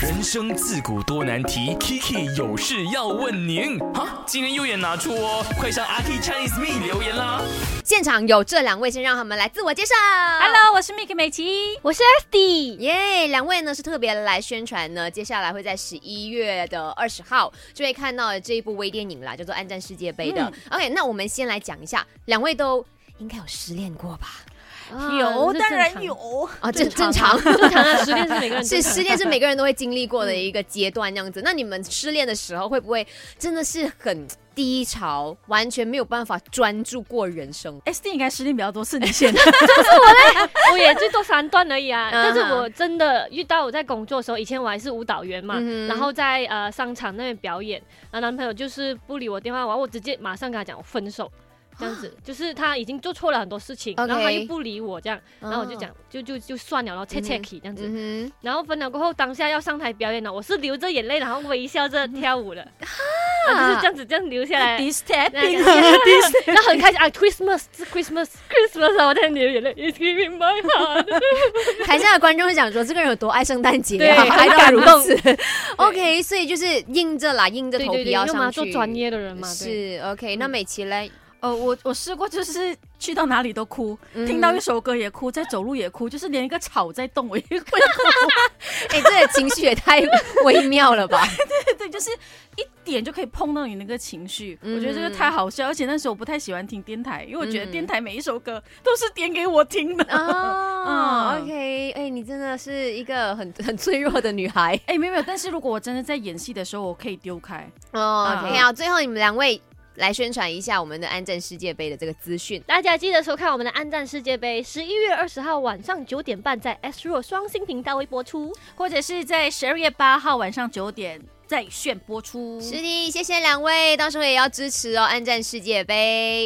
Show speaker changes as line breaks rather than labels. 人生自古多难题，Kiki 有事要问您。哈，今天右眼拿出哦，快上阿 K Chinese Me 留言啦。
现场有这两位，先让他们来自我介绍。
Hello，我是 Miki 美琪，我是 Esty。
耶两位呢是特别来宣传呢，接下来会在十一月的二十号就会看到这一部微电影啦，叫做《暗战世界杯》的。
嗯
OK，那我们先来讲一下，两位都应该有失恋过吧？
啊有，
这
当
正
然
常
有。
啊，这 正常。
哦 正常啊，失恋是每个人
是
正常
失恋是每个人都会经历过的一个阶段，这样
嗯
子。那你们失恋的时候会不会真的是很低潮，完全没有办法专注过人生？
Esty 应该失恋比较多，是你先。
我哦也最多三段而已 啊。
嗯
但是我真的遇到我在工作的时候，以前我还是舞蹈员嘛，
嗯哼
然后在呃商场那边表演，然后男朋友就是不理我电话，然后我直接马上跟他讲我分手。这样子，就是他已经做错了很多事情
OK
然后他又不理我，这样，
哦
然后我就讲，就就就算了，然后切切起这样子，
嗯
然后分了过后，当下要上台表演了，我是流着眼泪，然后微笑着跳舞的， 啊，就是这样子，这样流下来，
d i s t
那个 然后很开心啊，Christmas 是 Christmas，Christmas 啊，我在流眼泪，It's giving my heart。
哼，台下的观众会想说这个人有多爱圣诞节啊，
对
爱
很
到
感
如
动
此。OK，所以就是硬着啦，硬着
对
头
对
皮
对，
要
因为我
上
们要
去。
做专业的人嘛，对。
是 OK，那
嗯
美琪嘞，
呃，我我试过，就是去到哪里都哭，
嗯
听到一首歌也哭，在走路也哭，就是连一个草在动我也会哭。
哎，这个情绪也太微妙了 吧？
对，就是一点就可以碰到你那个情绪，
嗯
我觉得这个太好笑。而且那时候我不太喜欢听电台，因为我
嗯
觉得电台每一首歌都是点给我听的。
哦
嗯
，OK，哎，你真的是一个很很脆弱的女孩。
哎、没有没有，但是如果我真的在演戏的时候，我可以丢开。
哦
啊
，OK，好，最后你们两位来宣传一下我们的安战世界杯的这个资讯。
大家记得收看我们的《暗战世界杯》，十一月二十号晚上九点半在 S r o 双星频道会播出。
或者是在十二月八号晚上九点在线播出。
嗯是的，谢谢两位，到时候也要支持哦，安战世界杯。